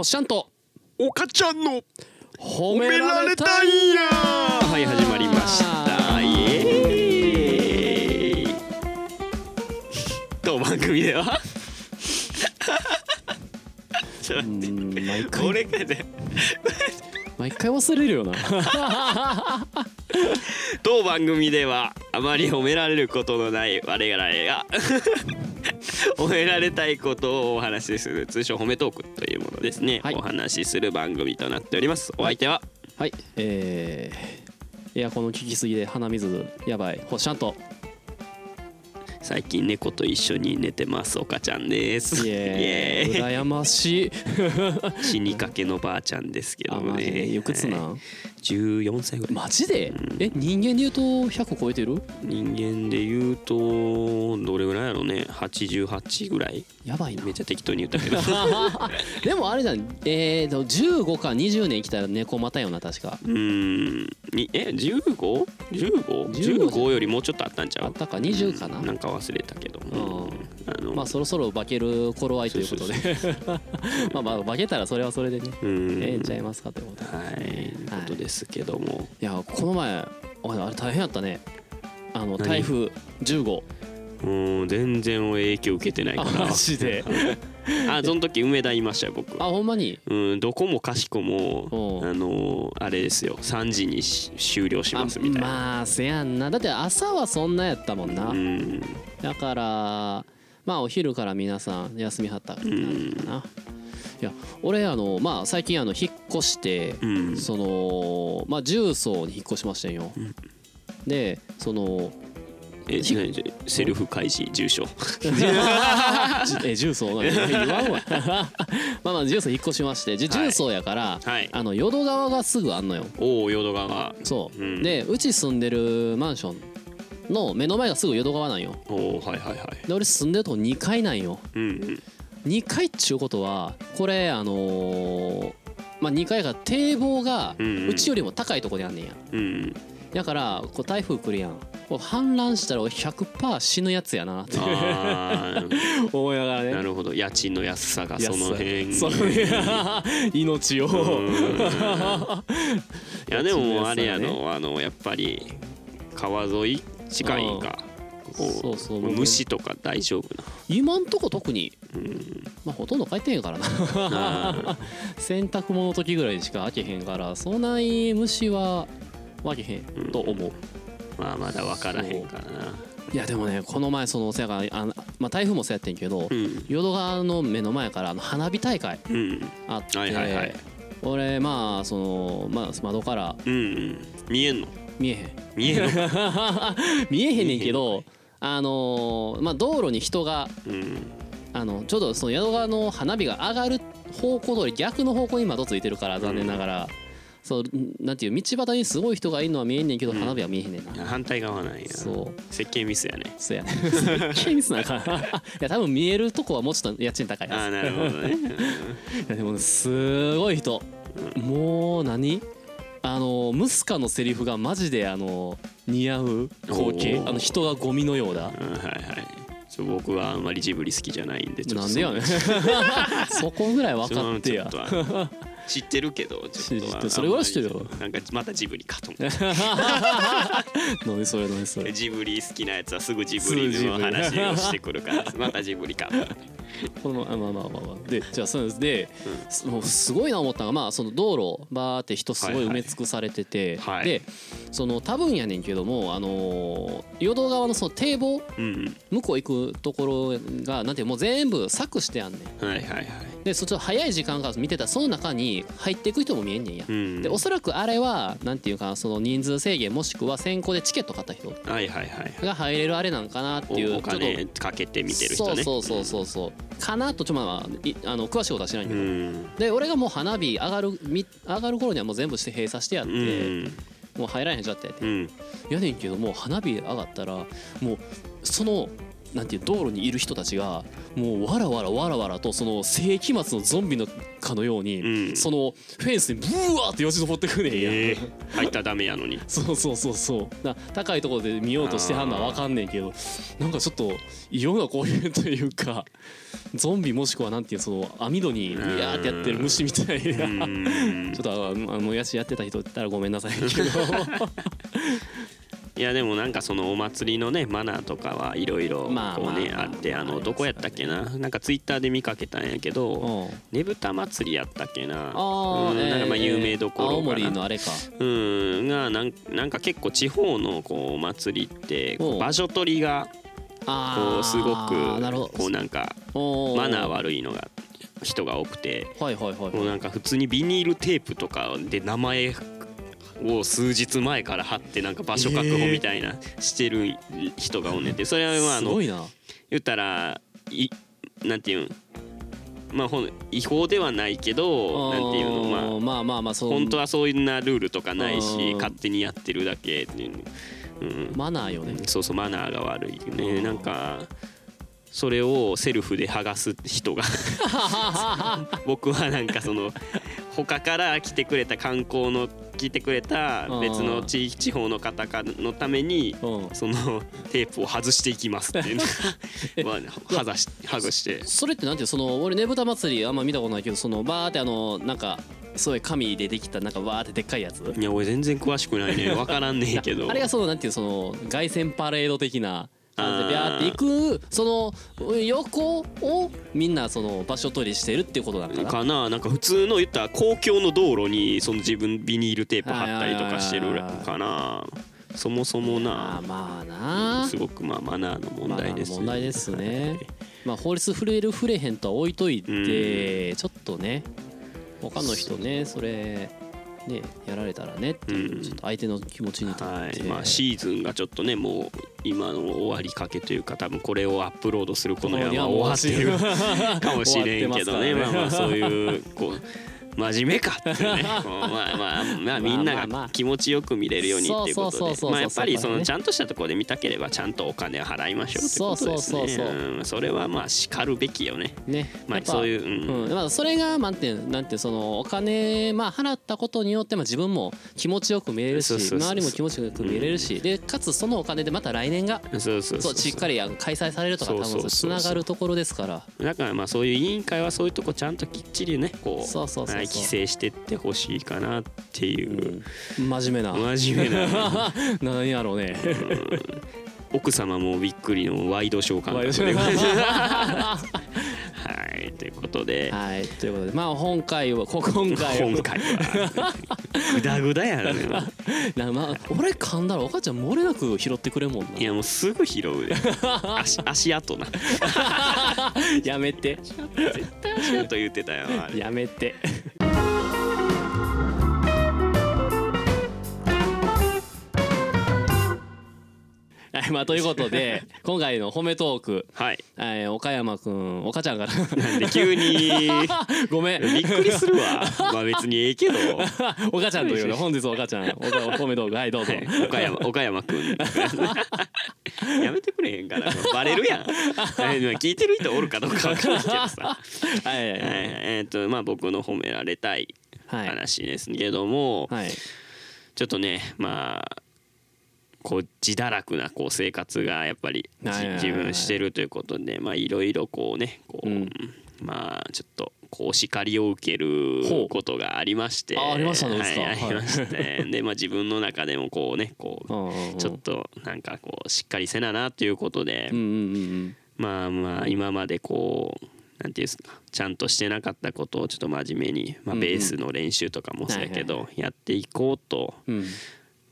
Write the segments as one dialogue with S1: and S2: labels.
S1: っしゃんと
S2: おかちゃんの
S1: 褒
S2: 褒められたいんやはい始まりましたイエーイ当番組では ちょっと待
S1: うん毎
S2: ってこ
S1: 回
S2: れがね
S1: 毎回忘れるよな
S2: 当番組ではあまり褒められることのない我々が 褒められたいことをお話しする通称褒めトークというものですね、
S1: はい
S2: お話しする番組となっておりますお相手は、
S1: はいえー、エアコンの効きすぎで鼻水やばいほっしゃんと
S2: 最近猫と一緒に寝てます岡ちゃんで す
S1: イエーイ
S2: イエ
S1: 羨ましい
S2: ーイ死にかけのばあちゃんですけ
S1: あ
S2: ども
S1: マジ
S2: ね
S1: でいくつな
S2: はい
S1: ん
S2: 14歳ぐらい
S1: マジでえ人間で言うと100超えてる
S2: 人間で言うとどれぐらいやろうね88ぐらい
S1: やばい な
S2: めっちゃ適当に言ったけど
S1: でもあれじゃんえーと15か20年生きたら猫またよな確か
S2: うーんにえ 15?15?15
S1: 15
S2: よりもうちょっとあったんちゃ
S1: あ
S2: う
S1: ったか20かな、
S2: なんか忘れたけどもあの
S1: まあそろそろ化ける頃合いということで まあまあ化けたらそれはそれでね
S2: うーん
S1: ええんちゃいますかということで
S2: はいということですけども、
S1: いやこの前おいあれ大変やったねあの
S2: 何
S1: 台風10号
S2: うーん全然影響受けてないか
S1: あ
S2: ら
S1: マジで
S2: あその時梅田いましたよ僕
S1: あほんまに
S2: うんどこもかしこも
S1: うん
S2: あのーあれですよ3時にし終了し
S1: あ
S2: ますみたいな、
S1: まあせやんなだって朝はそんなやったもんな、
S2: うん
S1: だからまあお昼から皆さん休みはったからな、
S2: うん
S1: いや俺あのまあ最近あの引っ越して、
S2: うん
S1: そのまあ重曹に引っ越しましたんよ、でその
S2: え何じゃセルフ開示住所
S1: じえ重曹なんか言わんわ まあまあ重曹引っ越しましてじ
S2: はい
S1: 重曹やから、
S2: はい
S1: あの淀川がすぐあんのよ
S2: おお淀川が
S1: そう、
S2: うん
S1: でうち住んでるマンションの目の前がすぐ淀川なんよ
S2: おおはいはいはい
S1: で俺住んでるとこ2階なんよ
S2: うんうん
S1: 2階っちゅうことはこれあのーまあ2階が堤防が
S2: うんうん
S1: うちよりも高いとこにあんねんや
S2: うん
S1: だからこう台風来るやんこう氾濫したら俺100%死ぬやつやなって
S2: あ
S1: 思いながら
S2: あ
S1: ね
S2: なるほど家賃の安さが
S1: いや
S2: その辺に
S1: その辺 命を
S2: いやでもあれや
S1: 家賃の安さがね
S2: のあのやっぱり川沿い近いんかこ
S1: そうそう僕
S2: 虫とか大丈夫
S1: 今んとこ特に
S2: うん
S1: まあほとんど帰ってへんからな
S2: な
S1: 洗濯物の時ぐらいしか開けへんからそんなに虫は開けへんと思う、
S2: まあまだ分からへんからない
S1: やでもねこの前そのせやからあの、まあ、台風もそうやってんけど、
S2: うん
S1: 淀川の目の前からあの花火大会
S2: うん
S1: あって、
S2: はいはいはい
S1: 俺まあその、まあ、窓から
S2: うんうん見えんの
S1: 見えへん
S2: 見えん のか
S1: 見えへんねんけ
S2: 見えへ
S1: どあのーまあ、道路に人が
S2: うん
S1: あのちょうどその宿川の花火が上がる方向通り逆の方向に窓ついてるから残念ながら、そうなんていう道端にすごい人がいるのは見えんねんけど、
S2: うん
S1: 花火は見えへんねんな、
S2: 反対側なんや
S1: そう
S2: 設計ミスやね
S1: そうやね設計ミスなん かないや多分見えるとこはもうちょっと家賃高い
S2: あ
S1: や
S2: あなるほどねうん
S1: ついやでもねすごい人もう何あのムスカのセリフがマジであの似合う光景
S2: おー
S1: あの人がゴミのようだ
S2: うんはいはいちょ僕はあんまりジブリ好きじゃないんでちょっと
S1: なんでやねん そこぐらい分かってや
S2: そのちょっとあの知ってるけどちょっと
S1: 知っ
S2: あ
S1: て
S2: の
S1: それぐらい知ってるよ
S2: なんかまたジブリかと思っ
S1: 何それ何それ
S2: てジブリ好きなやつはすぐジブリの
S1: すぐジブ
S2: 話
S1: リ
S2: をしてくるからまたジブリかと思って
S1: このまあまあまあまあまあ でじゃあそうですで、すもうすごいな思ったのがまあその道路バーって人すごい埋め尽くされてて、
S2: はいはいはい
S1: でその多分やねんけどもあのー淀川のその堤防
S2: うん
S1: 向こう行くところがなんていうもう全部柵してあんねん
S2: うんはいはいはい
S1: でそっちの早い時間から見てたらその中に入っていく人も見えんねんや、
S2: うん
S1: でおそらくあれはなんていうかなその人数制限もしくは先行でチケット買った人
S2: はいはいはい
S1: が入れるあれなんかなっていう
S2: おお
S1: ちょっと
S2: 金かけて見てる人ね
S1: そうそうそうそうそうかなとちょっとまあまあいあの詳しいことは知らんけ
S2: う
S1: ど、
S2: ん
S1: で俺がもう花火上がるみ上がる頃にはもう全部して閉鎖してやっ
S2: う
S1: て、
S2: ん
S1: もう入られへんじゃってやって
S2: うん
S1: やねんけどもう花火上がったらもうそのなんていう道路にいる人たちがもうわらわらわらわらとその世紀末のゾンビのかのように、
S2: うん
S1: そのフェンスにブワーってよじ登ってくんねんや、
S2: えー、入ったらダメやのに
S1: そうそうそうそうな高いところで見ようとしてはんのは分かんねんけどなんかちょっと異様なこういうというかゾンビもしくはなんていうその網戸にうやーってやってる虫みたいな、
S2: う
S1: ち
S2: ん
S1: ょっとあのあのやしやってた人いたらごめんなさい けど
S2: いやでもなんかそのお祭りのねマナーとかはいろいろこうね、
S1: まあ
S2: あ
S1: まあ
S2: ってあ
S1: ありますから
S2: の
S1: ね
S2: どこやったっけななんかツイッターで見かけたんやけど
S1: うん
S2: ねぶた祭りやったっけな
S1: ああ、
S2: うん
S1: えー
S2: なんかまあ有名どころかな
S1: 青森のあれか
S2: うんがなんなんか結構地方のこうお祭りってこ
S1: おう
S2: う場所取りが
S1: あ
S2: こ
S1: あ
S2: うすごく
S1: なるほ
S2: こうなんか
S1: ど
S2: マナー
S1: は
S2: 悪いのが人が多くて
S1: はいはいはい
S2: もうなんか普通にビニールテープとかで名前を数日前から貼ってなんか場所確保みたいなしてる人がおんねんてそれはまああ
S1: す
S2: の
S1: ごいな
S2: 言ったらいなんていうんまあほん違法ではないけどなんていうのまあ
S1: あーまあまあまあそう
S2: 本当はそういうなルールとかないし
S1: うん
S2: 勝手にやってるだけっていう、うん
S1: マナーよね
S2: そうそうマナーが悪いね
S1: うん
S2: なんかそれをセルフで剥がす人が 僕はなんか その他から来てくれた観光の来てくれた別の地地方の方かのために
S1: うん
S2: そのテープを外していきますっていう のまあ剥がし剥がして
S1: それってなんていうその俺ねぶた祭りあんま見たことないけどそのバーってあのなんかすごい紙でできたなんかバーってでっかいやつ
S2: いや俺全然詳しくない ね分からんねえけど
S1: あれがそのなんていうその凱旋パレード的な感じでビャー
S2: あー
S1: って行くその横をみんなその場所取りしてるっていうことなのかな
S2: かななんか普通の言ったら公共の道路にその自分ビニールテープ貼ったりとかしてるかなそもそも
S1: あ
S2: な
S1: ーまあな
S2: すごくまあマナーの問題です
S1: まあ問題ですねまあ法律触れる触れへんとは置いといてちょっとね他の人ねそれねやられたらねっていううんちょっと相手の気持ちに立
S2: は
S1: って
S2: いまあ、シーズンがちょっとねもう今の終わりかけというか多分これをアップロードするこの山は終わって るかもしれんけどねまあまあそういうこう真面目かっていうねこうまあまあまあみんなが気持ちよく見れるようにっていう
S1: そうそ
S2: こ
S1: うそう
S2: と
S1: そうそう
S2: でまあやっぱりそ
S1: そうだね
S2: のちゃんとしたところで見たければちゃんとお金を払いましょうってことです
S1: そ
S2: ね
S1: うそうそうそう
S2: うんそれはまあ叱るべきよね
S1: ね
S2: まあ
S1: やっぱ
S2: そういううん
S1: うんまあ、それがなんていうなんていうそのお金、まあ、払ったことによってまあ自分も気持ちよく見れるし
S2: そうそうそうそう
S1: 周りも気持ちよく見れるし、でかつそのお金でまた来年が
S2: そうそう
S1: そ
S2: そう
S1: うしっかりあの開催されるとか多
S2: そうそうそうそ
S1: 分
S2: う
S1: つながるところですから
S2: だからまあそういう委員会はそういうとこちゃんときっちりねこう
S1: そうそうそうそう
S2: はい規制してってほしいかなっていう、
S1: 真面目な
S2: 真面目 な
S1: 何やろうね
S2: 奥様もびっくりのワイドショー感覚ではいということで
S1: はいということでまあ今回はこ今回
S2: 今
S1: は
S2: 回はグダグダやね
S1: な、まあ、俺噛んだらお母ちゃん漏れなく拾ってくれんもんない
S2: やもうすぐ拾 うで足足跡な
S1: やめて
S2: 絶対足跡言ってたよあれ
S1: やめてはいまあということで今回の褒めトーク、
S2: はい
S1: えー、岡山くん岡ちゃんから
S2: なんで急 に
S1: ごめん
S2: びっくりするわまあ別にええけど
S1: 岡ちゃんというの本日岡ちゃん岡褒めトークはいどうぞ、
S2: はい岡山岡山く んやめてくれへんからバレ るやんはいまあ聞いてる人おるかどうか分からんけどさ、
S1: はいはい
S2: は
S1: は
S2: い
S1: い
S2: えーっとまあ僕の褒められたい
S1: はい
S2: 話ですけども、
S1: はい
S2: ちょっとねまあこう自堕落なこう生活がやっぱりじ
S1: はいはいはい
S2: 自分してるということでまあいろいろこうねこう、
S1: うん
S2: まあちょっとこうお叱りを受けることがありまして
S1: ほうあありましたねですか
S2: はい、あ
S1: はい
S2: りましてでまあ自分の中でもこうねこ
S1: う
S2: うん
S1: うんうん
S2: ちょっとなんかこうしっかりせななということで、
S1: うんうんうん
S2: まあまあ今までこうなんていうんですかちゃんとしてなかったことをちょっと真面目に、まあ、
S1: うんうん
S2: ベースの練習とかもそうやけど、
S1: はい
S2: やっていこうと
S1: うんうん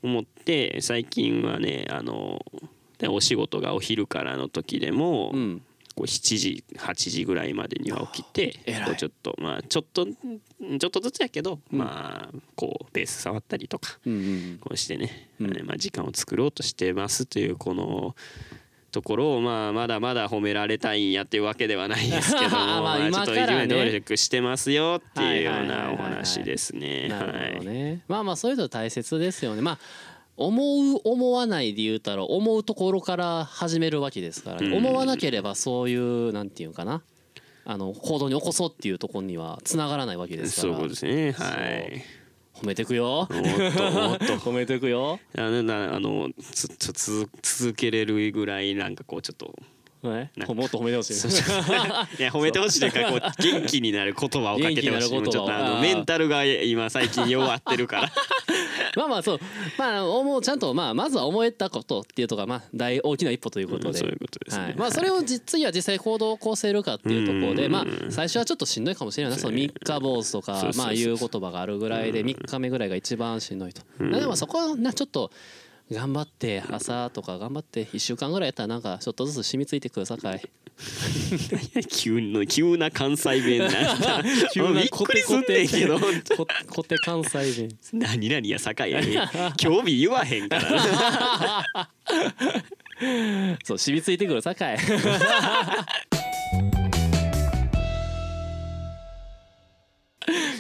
S2: 思って最近はねあのでお仕事がお昼からの時でも、
S1: うん
S2: こう7時8時ぐらいまでには起きて
S1: あー偉い
S2: こうちょっとまあちょっとんちょっとずつやけど、まあこうベース触ったりとか
S1: うんうん
S2: こうしてね、
S1: うん
S2: えーまあ、時間を作ろうとしてますというこのところをまあまだまだ褒められたいんやっていうわけではないですけども
S1: ま あ
S2: ちょっと
S1: 今
S2: 一
S1: からね
S2: 面努力してますよっていうよう
S1: はいはいはい
S2: な
S1: はい
S2: お話ですね。
S1: なるほど
S2: はい
S1: ねまあまあそういうの大切ですよねまあ思う思わないで言うたら思うところから始めるわけですから、ね
S2: うん
S1: 思わなければそういうなんていうかなあの行動に起こそうっていうところにはつながらないわけですか
S2: そうい
S1: ら
S2: うことですねはい
S1: 褒めてくよ
S2: お っとおっと
S1: 褒めてくよ
S2: あのなあのつちょつ続けれるぐらいなんかこうちょっ と
S1: ね
S2: なんか
S1: もっと褒めてほしい
S2: そうそういや褒めてほしいなんか こう元気になる言葉をかけてほし
S1: 元気
S2: い
S1: になる言葉を
S2: もうちょっとあ
S1: あ
S2: の
S1: ー
S2: メンタルが今最近弱ってるから
S1: まあまあそうまあ思うちゃんとまあまずは思えたことっていうとかまあ大大きな一歩というこ
S2: う
S1: と
S2: ん
S1: で、
S2: そういうことですね
S1: はい、まあそれを実次は実際行動を構成るかっていうところで
S2: うん
S1: まあ最初はちょっとしんどいかもしれないなその三日坊主と
S2: そ
S1: か
S2: うそうそうそう
S1: まあいう言葉があるぐらいで三日目ぐらいが一番しんどいと。でもそこはなちょっと頑張って朝とか頑張って1週間ぐらいやったらなんかちょっとずつ染みついてくるさかい
S2: 急の急な関西弁なんだ
S1: 急な
S2: びっくりすんねんけど本当
S1: こ コテ関西人
S2: 何々や酒井やね興味言わへんから な
S1: そう染みついてくるさかい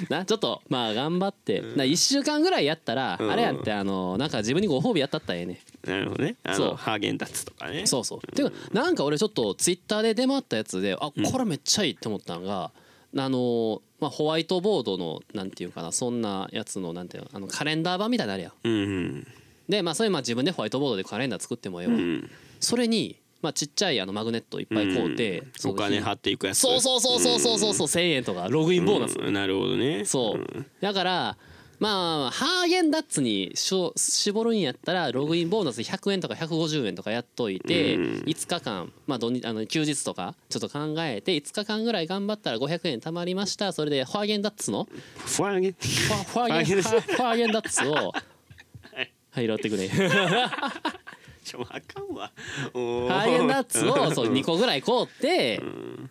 S1: なちょっとまあ頑張って、な1週間ぐらいやったら、
S2: うん
S1: あれやってあのなんか自分にご褒美やったったらええね
S2: なるほどねあ
S1: そう
S2: のハーゲンダッツとかね
S1: そうそう、ていうかなんか俺ちょっとツイッターで出回ったやつであこれめっちゃいいって思ったのが、あのまあ、ホワイトボードのなんていうかなそんなやつのなんていうのあのカレンダー版みたいなのあるやん
S2: うんうん
S1: でまあそれまあ自分でホワイトボードでカレンダー作ってもええわ、
S2: うん
S1: それに、まあ、ちっちゃいあのマグネットいっぱい買うて、
S2: うん
S1: そ
S2: お
S1: の
S2: 金貼っていくやつ
S1: そうそうそうそうそうそうそう1000円とかログインボーナス、
S2: うんなるほどね
S1: そうだからまあハーゲンダッツにしょ絞るんやったらログインボーナス100円とか150円とかやっといて
S2: うん
S1: 5日間まあ土日あの休日とかちょっと考えて5日間ぐらい頑張ったら500円貯まりましたそれでハーゲンダッツの
S2: ファーゲン
S1: ファファーゲンファファーゲンダッツをはい拾ってくれハ
S2: ちょあかんわお
S1: ーゲンダッツをそう
S2: うん
S1: 2個ぐらい買うて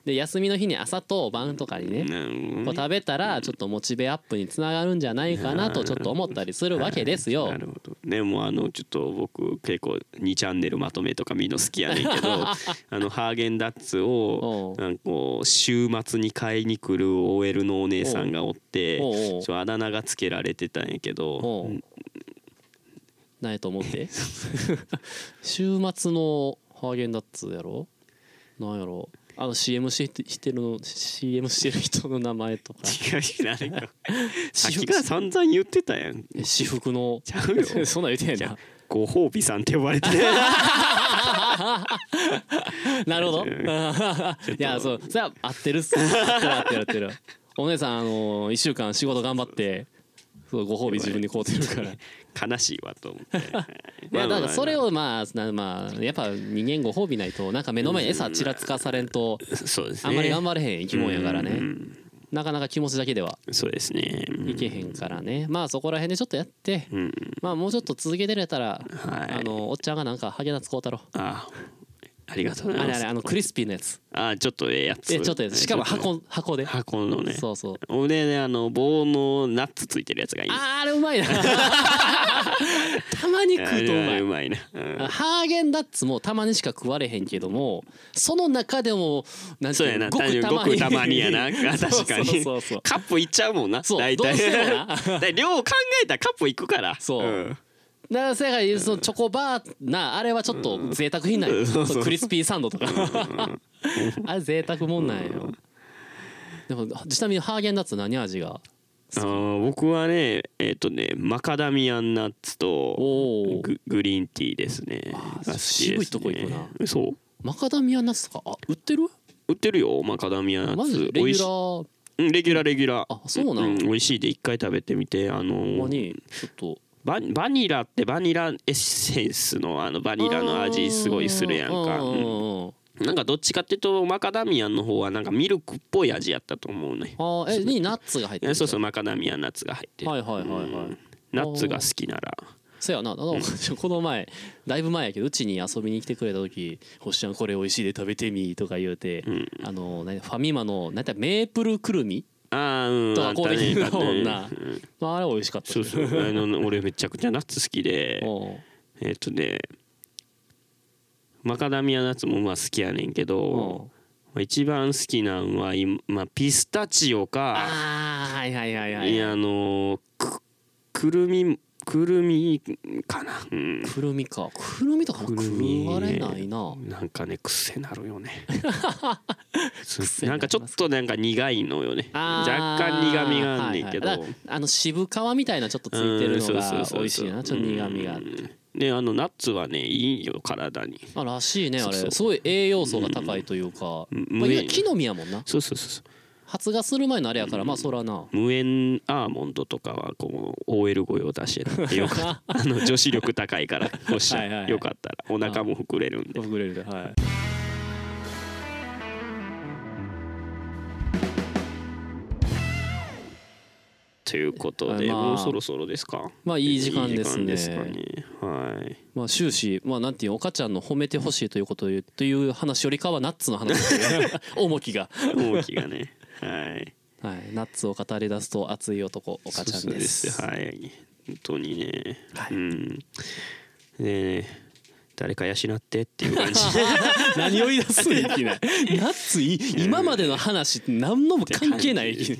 S1: で休みの日に朝と晩とかにね
S2: なるほ
S1: こ
S2: ど
S1: う
S2: ね
S1: 食べたらちょっとモチベアップにつながるんじゃないかなとちょっと思ったりするわけですよ
S2: な。るほどでもあのちょっと僕結構2チャンネルまとめとか見るの好きやねん けどあのハーゲンダッツを
S1: おう
S2: なんかこう週末に買いに来る OL のお姉さんがおって
S1: おうおう
S2: そうあだ名がつけられてたんやけ
S1: お
S2: ど
S1: うないと思って 週末のハーゲンダッツやろなんやろあの CM ししてるの CM してる人の名前とか
S2: 違うなん かさっ
S1: 私
S2: き
S1: 服
S2: から散々言ってたやん
S1: え私服の
S2: ちゃうよ
S1: そんなん言ってへんな
S2: ご褒美さんって呼ばれて る
S1: なるほど
S2: ちょっ
S1: いやそうそれは合ってるっ す合ってる合ってる合ってるお姉さんあの1週間仕事頑張ってそうご褒美自分にこうてるから
S2: 悲しいわと思って
S1: いやだからそれ
S2: を
S1: をまあなまあやっぱ人間ご褒美ないとなんか目の前に餌ちらつかされんと
S2: そうですね
S1: あんまり頑
S2: 張
S1: 張れへん生き物やからねなかなか気持ちだけでは
S2: そうですね
S1: いけへんからねまあそこら辺でちょっとやって
S2: うん
S1: まあもうちょっと続けてれたら
S2: はい
S1: あのおっちゃんがなんかハゲナツこうたろ
S2: あありがとうござ
S1: あ
S2: い
S1: れ
S2: ま
S1: あ
S2: す
S1: れあのクリスピーのやつ
S2: あちょっとええやつ
S1: えちょっとやつしかも
S2: ちょっ
S1: 箱箱で
S2: と箱のね
S1: そうそう
S2: 俺ねあの棒のナッツついてるやつがいい
S1: あーあれう まいなたまに食うとうま
S2: あ
S1: い
S2: れはうまいなうん
S1: ハーゲンダッツもたまにしか食われへんけどもその中でもなんて
S2: そう
S1: い
S2: や
S1: うの
S2: な単純にごくたまにやな確かに
S1: そうそうそう
S2: カップいっちゃうもんな
S1: そう
S2: 大
S1: どう
S2: 体
S1: してもな
S2: だから量考えたらカップいくから
S1: そうんだからせやからそのチョコバーなあれはちょっと贅沢品なん
S2: う
S1: よ
S2: んそうそう
S1: そうクリスピーサンドとか あれ贅沢もんなんよでもちなみにハーゲンダッツ何味が
S2: あー僕はねえっ、とねマカダミアンナッツと
S1: おお
S2: ググリーンティーですね
S1: あー
S2: が好きですね
S1: 渋いとこ行くな
S2: そう
S1: マカダミアナッツとかあ売ってる
S2: 売ってるよマカダミアナ
S1: マ
S2: ッ
S1: ジ
S2: ツ
S1: でレギ
S2: 美味
S1: ュ
S2: し
S1: ラー
S2: うんレギュラーレギュラー
S1: あそうなん
S2: ん美味しいで一回食べてみてあの
S1: ほんまにちょっと
S2: ババニラってバニラエッセンスのあのバニラの味すごいするやん
S1: う
S2: か、
S1: んうんうん
S2: うんなんかどっちかっていうとマカダミアンの方はなんかミルクっぽい味やったと思うね
S1: あーえにナッツが入って
S2: え
S1: る
S2: そうそうマカダミアンナッツが入ってる、
S1: はいはいはいはい
S2: ナッツが好きなら
S1: そやなあの この前だいぶ前やけどうちに遊びに来てくれた時「星ちゃんこれ美味しいで食べてみ」とか言うて、あの何ファミマの何だメープルくるみ
S2: あーうん
S1: とかコーヒー
S2: あんた
S1: の
S2: ね
S1: 女、 まあ、あれ美味しかった
S2: そうそうあの俺めちゃくちゃナッツ好きで
S1: おう
S2: えっとねマカダミアナッツもまあ好きやねんけ
S1: おう
S2: ど一番好きなんは今、まあ、ピスタチオか
S1: あーはいはいはいはい
S2: いやあのーくくるみくるみかな、うん、
S1: くるみかくるみとかも食われないな
S2: なんかね癖なる よね
S1: 癖になります
S2: なんかちょっとなんか苦いのよね
S1: あ
S2: 若
S1: ー
S2: 干苦みがあんねんけど、
S1: はいはいだからあの渋皮みたいなちょっとついてるの
S2: うんそうそう
S1: が
S2: そうそう
S1: 美味しいなちょっと苦みがあって
S2: ねあのナッツはねいいよ体に
S1: あらしいねあ
S2: そうそ
S1: れ
S2: う
S1: すごい栄養素が高いというか
S2: うん
S1: まあいわゆる木の実やもんな
S2: そうそうそうそう
S1: 発芽する前のあれやからまあそらな
S2: 無塩アーモンドとかはこう OL 御用出してたんでよ かったあの女子力高いからこうし
S1: はいはいはい
S2: よかったらお腹も膨れるんで
S1: グレルではい
S2: ということで、
S1: まあ
S2: もうそろそろですか
S1: まあいい時間ですね
S2: いい時間ですかね はい
S1: まあ終始まあなんていうの岡ちゃんの褒めてほしいということを言うという話よりかはナッツの 話という重きが
S2: 大きがねはい
S1: はいナッツを語り出すと熱い男岡ちゃん
S2: そう
S1: です
S2: はい本当にね、
S1: はい
S2: うんでね誰か養ってっていう感じ
S1: 何を言い出すんいきなり ナッツい今までの話何のも 関係ない
S2: って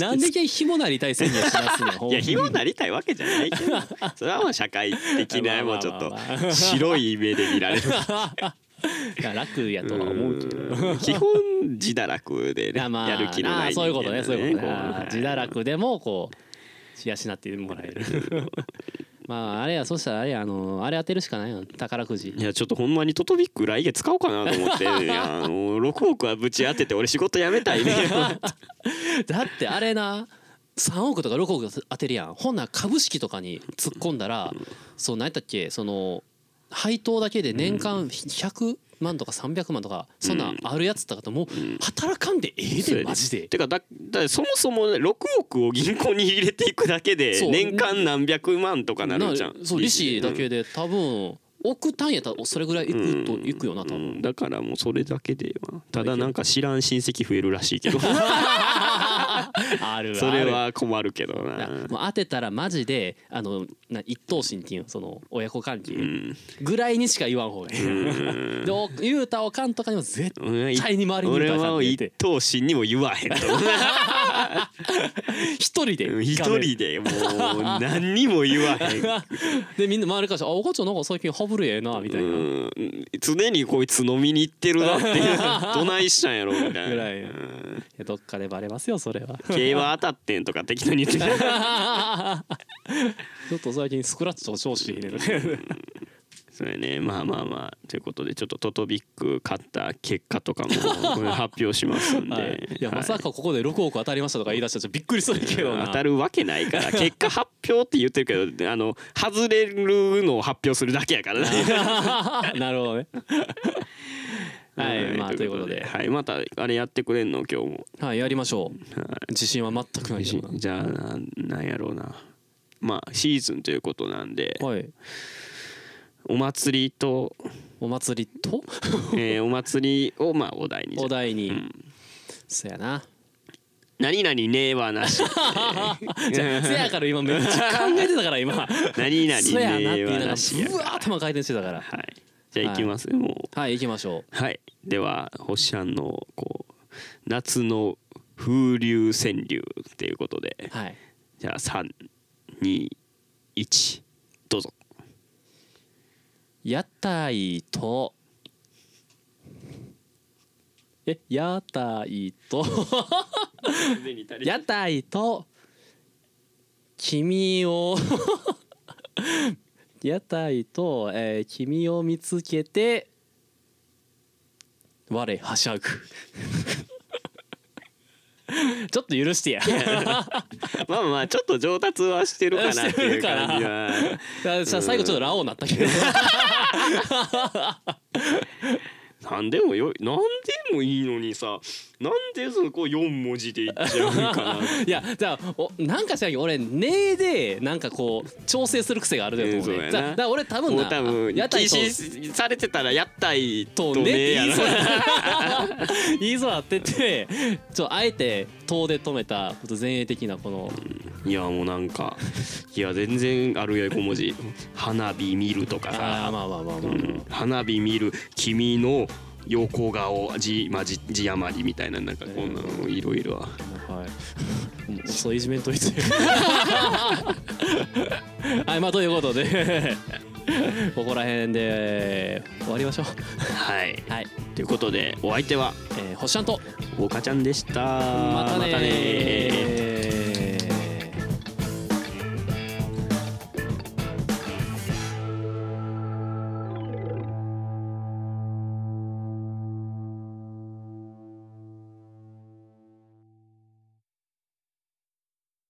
S1: なんでけんひもなりたい宣言しだすの
S2: いや紐になりたいわけじゃないけ どそれはもう社会的
S1: まあま
S2: なも
S1: あ
S2: うちょっ
S1: ま
S2: と
S1: あまあ
S2: 白い目で見ら れる
S1: いや楽やとは思うけど
S2: うん基本自堕落でね
S1: いや まあ
S2: やる気の
S1: あ
S2: な
S1: あ
S2: い
S1: そういうことね
S2: 人
S1: そう
S2: 間
S1: いうことね
S2: なんで
S1: ああ
S2: ね
S1: 自堕落でもこう養ってもらえる まああれやそしたらあれやあのあれ当てるしかないよ宝く じ
S2: いやちょっとほんまにトトビック来月使おうかな と思っていやあの6億はぶち当てて俺仕事辞めたい ね
S1: だってあれな3億とか6億当てるやんほんなら株式とかに突っ込んだらそう何やったっけその配当だけで年間100万とか300万とかそんなんあるやつとかともう働かんでええでマジで
S2: てかだだそもそもね6億を銀行に入れていくだけで
S1: そう
S2: 年間何百万とかなるじゃん
S1: そう利子だけで多分億単位やったらそれぐらいいくといくよな多
S2: う
S1: 分
S2: んだからもうそれだけではただなんか知らん親戚増えるらしい けど
S1: あるある
S2: それは困るけど
S1: いや
S2: な
S1: もう当てたらマジであのな一等身っていうその親子関係
S2: ん
S1: ぐらいにしか言わん方がいい、 でお雄太おかんとかにも絶
S2: 俺
S1: 対に周りに言うたらあかん
S2: は
S1: って言っ
S2: 一
S1: て
S2: 等身にも言わへ んと
S1: 一人で
S2: 一
S1: 画面
S2: 人でもう何にも言わへん
S1: でみんな周りからしたら「あおかちゃんなんか最近ハブるええな」みたいなぐ
S2: うん常にこいつ飲みに行ってるなって いうどないしたんやろみたいな
S1: らいいやどっかでバレますよそれは
S2: 競馬当たってんとか適当に言ってた
S1: ちょっと最近スクラッチと調子いいね
S2: それねまあまあまあということでちょっとトトビック勝った結果とかもこれ発表しますんで、
S1: はいいや
S2: はい
S1: まさかここで6億当たりましたとか言い出したらちょっとびっくりするけどな
S2: 当たるわけないから結果発表って言ってるけどあの外れるのを発表するだけやからね
S1: なるほ どね。はい、まあということで、
S2: はい、またあれやってくれんの今日も
S1: はい、やりましょう。自信は全くないけど
S2: じゃあななんやろうなまあシーズンということなんで
S1: な。はい、
S2: お祭 りと
S1: お祭りと
S2: えーお祭りをまあお題に
S1: お題に、そやな。
S2: 何々ねは なし
S1: じゃあせやから今めっちゃ考えてたから今。
S2: 何々
S1: そやなって
S2: ね
S1: 言
S2: はい
S1: ながら
S2: なしや
S1: うわー頭回転してたから。
S2: はいじゃあ行きます、もう
S1: はい、行きましょ
S2: はいでは星ちゃんのこう夏の風流川柳っていうことで
S1: う。はい。
S2: じゃあ321どうぞ
S1: 屋台と。え、屋台と。屋台と君を 屋台と、えー君を見つけて我はしゃぐ ちょっと許してや
S2: まあまあちょっと上達はしてるかなってい う感じは
S1: さ最後ちょっとラオウになったけど
S2: 何でもよい何でもいいのにさなんでそのこう4文字でいっちゃうん かなって
S1: いやじゃあおなんかしらんけど俺「ね」でなんかこう調整する癖があるで、
S2: うんそうや
S1: ね、
S2: な
S1: だだから俺多分
S2: もう
S1: な
S2: 多分
S1: 屋台
S2: 禁
S1: と
S2: 止されてたら屋台
S1: と
S2: と
S1: ね
S2: ねや
S1: 言いそう
S2: ら
S1: や 言いそうやっててちょあえて遠で止めたこと前衛的なこの
S2: いやもうなんかいや全然あるや小文字花火見るとか
S1: あー
S2: さ、
S1: まあまあまあまあまあ、
S2: うん花火見る君の横顔字まあ字字余りみたいななんかこんなのいろいろは
S1: はいもうそういじめんといてはいまあということで ここら辺で終わりましょう
S2: はい
S1: はい、
S2: ということでお相手は
S1: えー、星ちゃんと
S2: 岡ちゃんでした
S1: またねー
S2: またねー